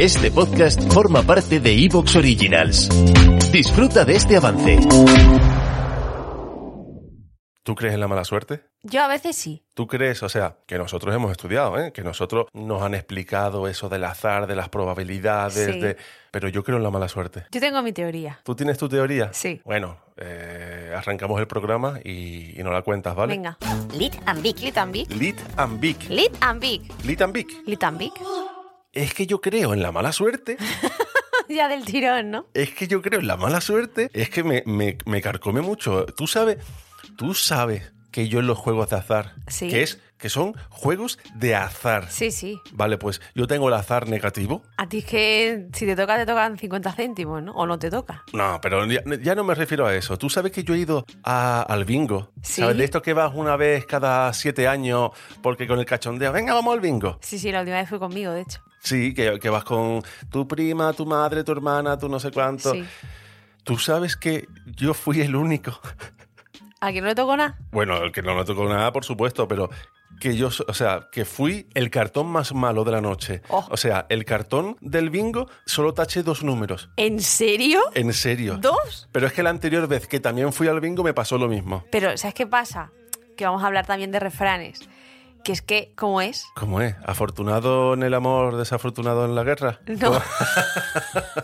Este podcast forma parte de Evox Originals. Disfruta de este avance. ¿Tú crees en la mala suerte? Yo a veces sí. ¿Tú crees, o sea, que nosotros hemos estudiado, ¿eh? que nosotros nos han explicado eso del azar, de las probabilidades, Sí. de... Pero yo creo en la mala suerte. Yo tengo mi teoría. ¿Tú tienes tu teoría? Sí. Bueno, eh, arrancamos el programa y, y nos la cuentas, ¿vale? Venga. Lit and Big. Lit and Big. Lit and Vic. Lit and Big. Lit and Vic. Lit and Big. Es que yo creo en la mala suerte. ya del tirón, ¿no? Es que yo creo en la mala suerte. Es que me, me- me carcome mucho. Tú sabes, tú sabes que yo en los juegos de azar, Sí. que es que son juegos de azar. Sí, sí. Vale, pues yo tengo el azar negativo. A ti es que si te toca, te tocan 50 céntimos, ¿no? O no te toca. No, pero ya, ya no me refiero a eso. Tú sabes que yo he ido a- al bingo. Sí. ¿Sabes? De esto que vas una vez cada siete años porque con el cachondeo, venga, vamos al bingo. Sí, sí, la última vez fue conmigo, de hecho. Sí, que, que vas con tu prima, tu madre, tu hermana, tu no sé cuánto. Sí. Tú sabes que yo fui el único. ¿A que no le tocó nada? Bueno, el que no me tocó nada, por supuesto, pero que yo, so- o sea, que fui el cartón más malo de la noche. Oh. O sea, el cartón del bingo solo taché dos números. ¿En serio? En serio. ¿Dos? Pero es que la anterior vez que también fui al bingo me pasó lo mismo. Pero, ¿sabes qué pasa? Que vamos a hablar también de refranes. Que es que, ¿cómo es? ¿Cómo es? ¿Afortunado en el amor, desafortunado en la guerra? No.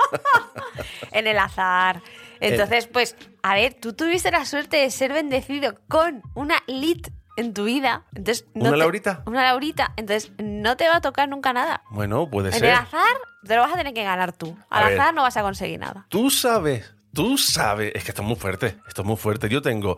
en el azar. Eh. Entonces, pues, a ver, tú tuviste la suerte de ser bendecido con una lit en tu vida. Entonces, no ¿Una te- Laurita? Una Laurita. Entonces, no te va a tocar nunca nada. Bueno, puede en ser. el azar te lo vas a tener que ganar tú. Al A ver. azar no vas a conseguir nada. Tú sabes, tú sabes. Es que esto es muy fuerte, esto es muy fuerte. Yo tengo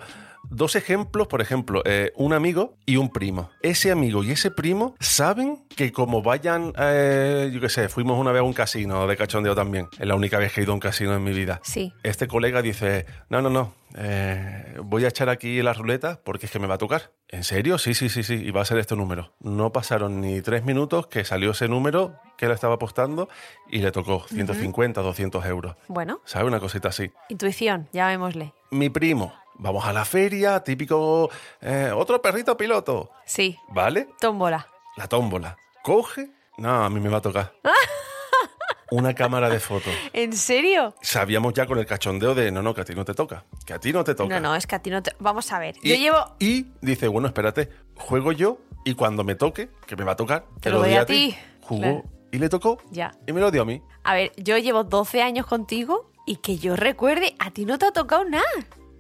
dos ejemplos, por ejemplo, eh, un amigo y un primo. Ese amigo y ese primo saben que como vayan, eh, yo qué sé, fuimos una vez a un casino de cachondeo también. Es la única vez que he ido a un casino en mi vida. Sí. Este colega dice, no, no, no, eh, voy a echar aquí la ruleta porque es que me va a tocar. ¿En serio? Sí, sí, sí, sí, y va a ser este número. No pasaron ni tres minutos que salió ese número que él estaba apostando y le tocó 150, 200 euros. Bueno, ¿Sabes? Una cosita así. intuición, llamémosle. Mi primo, vamos a la feria, típico... eh, otro perrito piloto, Sí, ¿vale? tómbola. La tómbola. Coge... No, a mí me va a tocar. Una cámara de fotos. ¿En serio? Sabíamos ya con el cachondeo de, no, no, que a ti no te toca. Que a ti no te toca. No, no, es que a ti no te... Vamos a ver. Y, Yo llevo... Y dice, bueno, espérate, juego yo y cuando me toque, que me va a tocar, te, lo doy a ti. Jugó Claro. y le tocó Ya. y me lo dio a mí. A ver, yo llevo 12 años contigo y que yo recuerde, a ti no te ha tocado nada.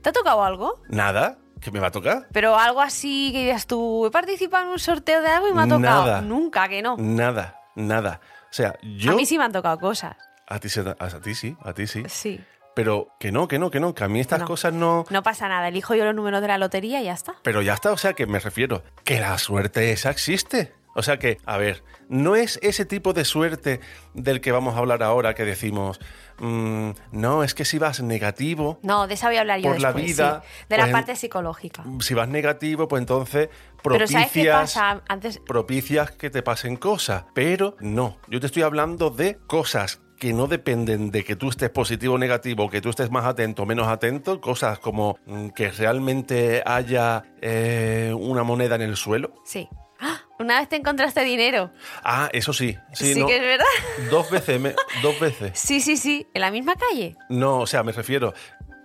¿Te ha tocado algo? Nada, que me va a tocar. Pero algo así que digas tú, he participado en un sorteo de algo y me ha tocado. Nada. Nunca, que no. Nada, nada. O sea, yo... A mí sí me han tocado cosas. A ti, se- a, a ti sí, a ti sí. Sí. Pero que no, que no, que no, que a mí estas No. cosas no... No pasa nada, elijo yo los números de la lotería y ya está. Pero ya está, o sea, que me refiero, que la suerte esa existe. O sea que, a ver, no es ese tipo de suerte del que vamos a hablar ahora que decimos, mm, no, es que si vas negativo, No, de esa voy a hablar yo Por la después, vida, sí. De la pues, parte psicológica. si vas negativo, pues entonces Pero ¿sabes propicias, qué pasa? Antes... propicias que te pasen cosas. Pero no, yo te estoy hablando de cosas que no dependen de que tú estés positivo o negativo, que tú estés más atento o menos atento, cosas como mm, que realmente haya eh, una moneda en el suelo. Sí. ¡Ah! Una vez te encontraste dinero. Ah, eso sí. Sí, no. que es verdad. Dos veces, me- dos veces. Sí, sí, sí. En la misma calle. No, o sea, me refiero.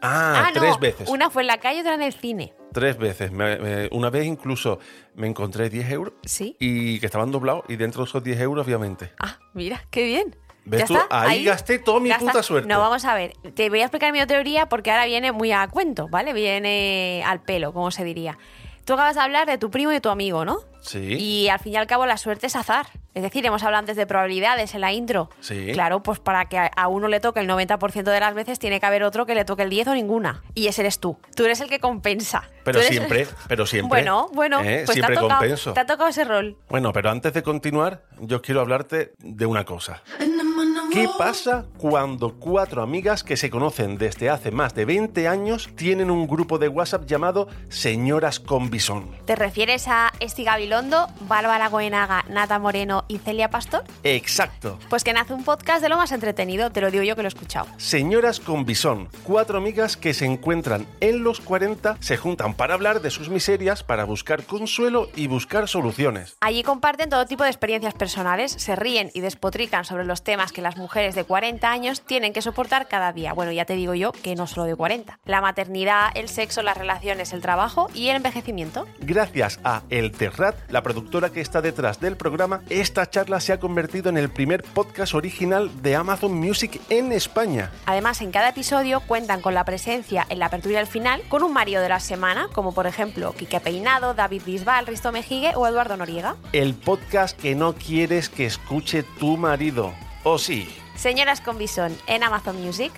Ah, tres no. veces. Una fue en la calle, otra en el cine. Tres veces. Me- me- una vez incluso me encontré 10 euros Sí. y que estaban doblados y dentro de esos 10 euros, obviamente. Ah, mira, qué bien. ¿Ves ¿Ya tú? está? Ahí gasté toda mi puta suerte. No, vamos a ver. Te voy a explicar mi teoría porque ahora viene muy a cuento, ¿vale? Viene al pelo, como se diría. Tú acabas de hablar de tu primo y de tu amigo, ¿no? Sí. Y al fin y al cabo la suerte es azar. Es decir, hemos hablado antes de probabilidades en la intro. Sí. Claro, pues para que a- a uno le toque el 90% de las veces tiene que haber otro que le toque el 10 o ninguna. Y ese eres tú. Tú eres el que compensa. Pero Tú eres- siempre, pero siempre. Bueno, bueno, ¿Eh? pues siempre te, ha tocado, compenso. te ha tocado ese rol. Bueno, pero antes de continuar, yo quiero hablarte de una cosa. And I'm on a ¿Qué pasa cuando cuatro amigas que se conocen desde hace más de 20 años tienen un grupo de WhatsApp llamado Señoras con Bisón? ¿Te refieres a Esti Gabilondo, Bárbara Goenaga, Nata Moreno y Celia Pastor? Exacto. Pues que nace un podcast de lo más entretenido, te lo digo yo que lo he escuchado. Señoras con Bisón, cuatro amigas que se encuentran en los 40, se juntan para hablar de sus miserias, para buscar consuelo y buscar soluciones. Allí comparten todo tipo de experiencias personales, se ríen y despotrican sobre los temas que las mujeres de 40 años tienen que soportar cada día. Bueno, ya te digo yo que no solo de 40. La maternidad, el sexo, las relaciones, el trabajo y el envejecimiento. Gracias a El Terrat, la productora que está detrás del programa, esta charla se ha convertido en el primer podcast original de Amazon Music en España. Además, en cada episodio cuentan con la presencia en la apertura y al final con un Mario de la semana, como por ejemplo Quique Peinado, David Bisbal, Risto Mejigue o Eduardo Noriega. El podcast que no quieres que escuche tu marido. ¿O sí? Señoras con Bisón en Amazon Music.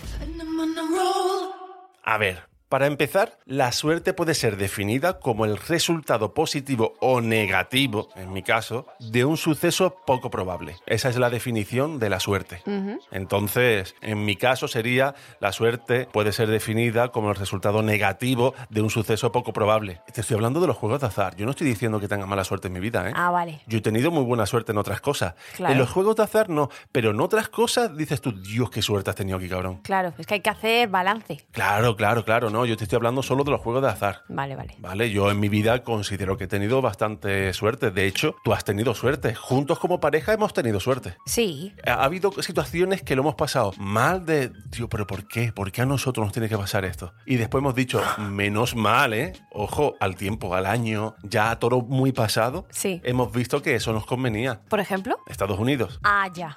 A ver, para empezar, la suerte puede ser definida como el resultado positivo o negativo, en mi caso, de un suceso poco probable. Esa es la definición de la suerte. Entonces, en mi caso sería, la suerte puede ser definida como el resultado negativo de un suceso poco probable. Te estoy hablando de los juegos de azar. Yo no estoy diciendo que tenga mala suerte en mi vida, ¿eh? Ah, vale. Yo he tenido muy buena suerte en otras cosas. Claro. En los juegos de azar no, pero en otras cosas dices tú, Dios, qué suerte has tenido aquí, cabrón. Claro, es que hay que hacer balance. Claro, claro, claro, no, yo te estoy hablando solo de los juegos de azar. Vale, vale. Vale, yo en mi vida considero que he tenido bastante suerte. De hecho, tú has tenido suerte. Juntos como pareja hemos tenido suerte. Sí, Ha ha habido situaciones que lo hemos pasado mal de, tío, pero ¿por qué? ¿Por qué a nosotros nos tiene que pasar esto? Y después hemos dicho, menos mal, ¿eh? Ojo, al tiempo, al año, ya a toro muy pasado. Sí. Hemos visto que eso nos convenía. por ejemplo. Estados Unidos, Ah, ya.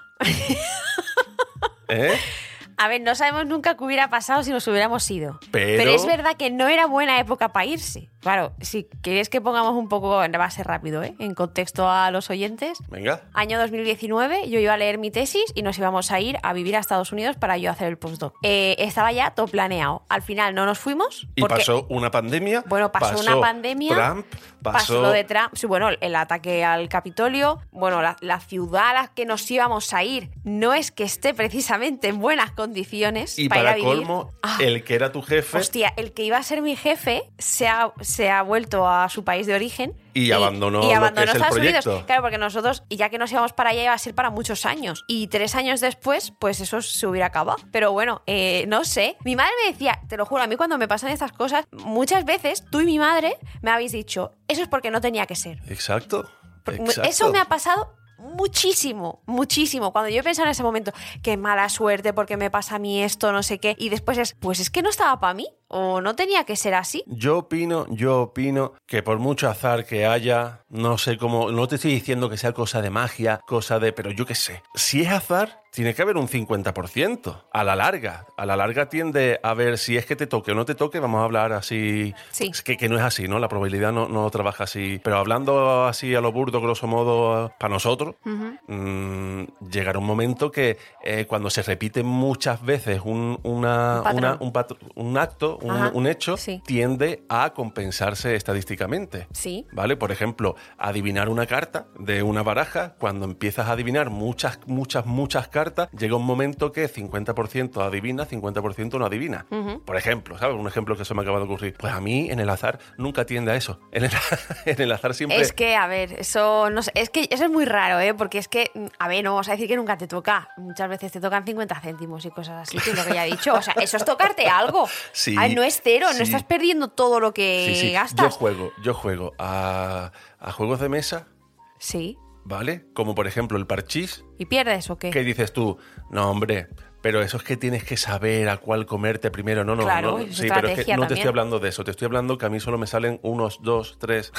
¿eh? A ver, no sabemos nunca qué hubiera pasado si nos hubiéramos ido. Pero- es verdad que no era buena época para irse. Claro, si queréis que pongamos un poco, va a ser rápido, ¿eh? En contexto a los oyentes. Venga. Año 2019, yo iba a leer mi tesis y nos íbamos a ir a vivir a Estados Unidos para yo hacer el postdoc. Eh, estaba ya todo planeado. Al final no nos fuimos. Y porque- pasó una pandemia. Bueno, pasó, una pandemia. Trump, pasó lo de Trump. Sí, bueno, el ataque al Capitolio. Bueno, la, la ciudad a la que nos íbamos a ir no es que esté precisamente en buenas condiciones Y para, para, ir a vivir. colmo, Ah, el que era tu jefe Hostia, el que iba a ser mi jefe se ha, se ha vuelto a su país de origen. Y abandonó lo y que abandonó es el Estados Unidos. proyecto. Claro, porque nosotros, y ya que nos íbamos para allá, iba a ser para muchos años. Y tres años después, pues eso se hubiera acabado. Pero bueno, eh, no sé. Mi madre me decía, te lo juro, a mí cuando me pasan estas cosas, muchas veces tú y mi madre me habéis dicho, eso es porque no tenía que ser. Exacto. Por- exacto. Eso me ha pasado muchísimo, muchísimo. Cuando yo he pensado en ese momento, qué mala suerte, porque me pasa a mí esto, no sé qué, y después es, pues es que no estaba para mí, o no tenía que ser así. Yo opino, yo opino que por mucho azar que haya, no sé cómo, no te estoy diciendo que sea cosa de magia, cosa de, pero yo qué sé. Si es azar, tiene que haber un 50% a la larga. A la larga tiende a ver si es que te toque o no te toque, vamos a hablar así. Sí. Es que, que no es así, ¿no? La probabilidad no, no trabaja así. Pero hablando así a lo burdo, grosso modo, para nosotros, mm, llegará un momento que eh, cuando se repite muchas veces un, una- Un patrón. una- un patr- un acto, un, Ajá. un hecho, Sí. tiende a compensarse estadísticamente. Sí. ¿Vale? Por ejemplo, adivinar una carta de una baraja, cuando empiezas a adivinar muchas, muchas, muchas cartas, llega un momento que 50% adivina, 50% no adivina. Por ejemplo, ¿sabes? Un ejemplo que se me acaba de ocurrir. Pues a mí en el azar nunca tiende a eso. En el, en el azar siempre... Es que, a ver, eso no sé, es que eso es muy raro, ¿eh? Porque es que, mm, a ver, no vamos a decir que nunca te toca. Muchas veces te tocan 50 céntimos y cosas así, que es lo que ya he dicho. O sea, eso es tocarte algo. Sí, Ay, no es cero, sí. no estás perdiendo todo lo que Sí, sí. Yo gastas. juego, yo juego a, a juegos de mesa, Sí. ¿vale? Como por ejemplo el parchís, ¿Y pierdes o qué? ¿Qué dices tú? No, hombre, pero eso es que tienes que saber a cuál comerte primero. No, no, Claro, no. es Sí, pero es que estrategia no te estoy también. hablando de eso. Te estoy hablando que a mí solo me salen unos, dos, tres.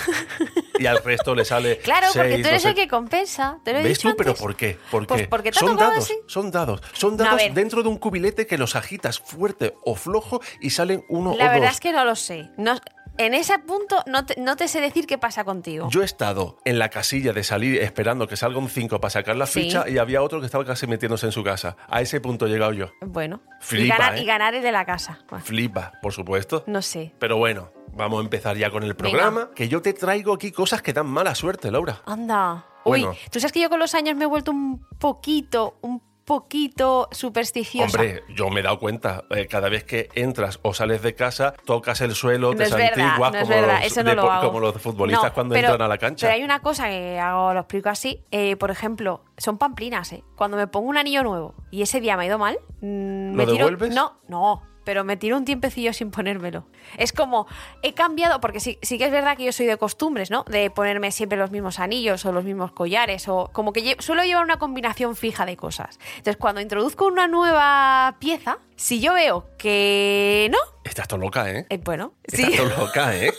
y al resto le sale. Claro, porque seis, tú eres doce. el que compensa. Te lo he ¿Ves dicho tú? ¿Pero antes. por qué? ¿Por qué? Pues porque te ha son, tocado dados, así. son dados, son No, a dados, ver. dentro de un cubilete que los agitas fuerte o flojo y salen uno La o verdad dos. es que no lo sé. No- en ese punto no te, no te sé decir qué pasa contigo. Yo he estado en la casilla de salir esperando que salga un 5 para sacar la Sí. ficha y había otro que estaba casi metiéndose en su casa. A ese punto he llegado yo. bueno, y, Flipa, ganar, ¿eh? y ganar el de la casa. Bueno, Flipa, por supuesto. no sé. Pero bueno, vamos a empezar ya con el programa. Que yo te traigo aquí cosas que dan mala suerte, Laura. Anda. Bueno. Uy, tú sabes que yo con los años me he vuelto un poquito, un poquito supersticiosa. Hombre, yo me he dado cuenta, eh, cada vez que entras o sales de casa, tocas el suelo, No te es verdad, santiguas no es como, verdad, los, eso no lo depo- hago. como los futbolistas No, cuando pero- entran a la cancha. Pero hay una cosa que hago, lo explico así. Eh, por ejemplo, son pamplinas, ¿eh? Cuando me pongo un anillo nuevo y ese día me ha ido mal, mm, ¿Lo me tiro. devuelves? No, no. Pero me tiro un tiempecillo sin ponérmelo. Es como, he cambiado, porque sí, sí que es verdad que yo soy de costumbres, ¿no? De ponerme siempre los mismos anillos o los mismos collares, o como que lle- suelo llevar una combinación fija de cosas. Entonces, cuando introduzco una nueva pieza, si yo veo que no, Estás todo loca, ¿eh? eh, bueno, sí. Estás todo loca, ¿eh?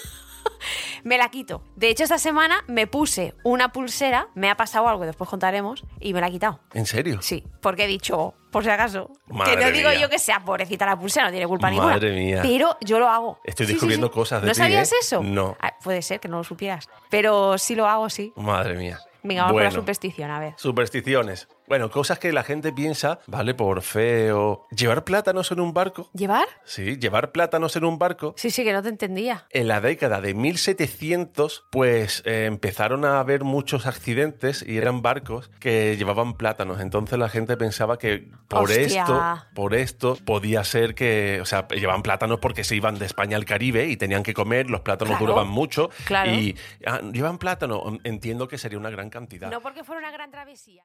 Me la quito. De hecho, esta semana me puse una pulsera, me ha pasado algo, después contaremos, y me la he quitado. ¿En serio? Sí, porque he dicho, por si acaso, Madre que no digo mía. yo que sea pobrecita la pulsera, no tiene culpa Madre ninguna. mía. Pero yo lo hago. Estoy descubriendo cosas de ¿No ti, sabías ¿eh? eso? No. Ah, puede ser que no lo supieras, pero sí lo hago, sí. Madre mía. Venga, vamos bueno, con la superstición, a ver. supersticiones. Bueno, cosas que la gente piensa, vale, por feo. Llevar plátanos en un barco. ¿Llevar? Sí, llevar plátanos en un barco Sí, sí, que no te entendía. En la década de 1700, pues eh, empezaron a haber muchos accidentes y eran barcos que llevaban plátanos. Entonces la gente pensaba que por Hostia. esto, por esto, podía ser que, o sea, llevaban plátanos porque se iban de España al Caribe y tenían que comer. Los plátanos Claro. duraban mucho Claro. y ah, llevan plátano. Entiendo que sería una gran cantidad. No porque fuera una gran travesía.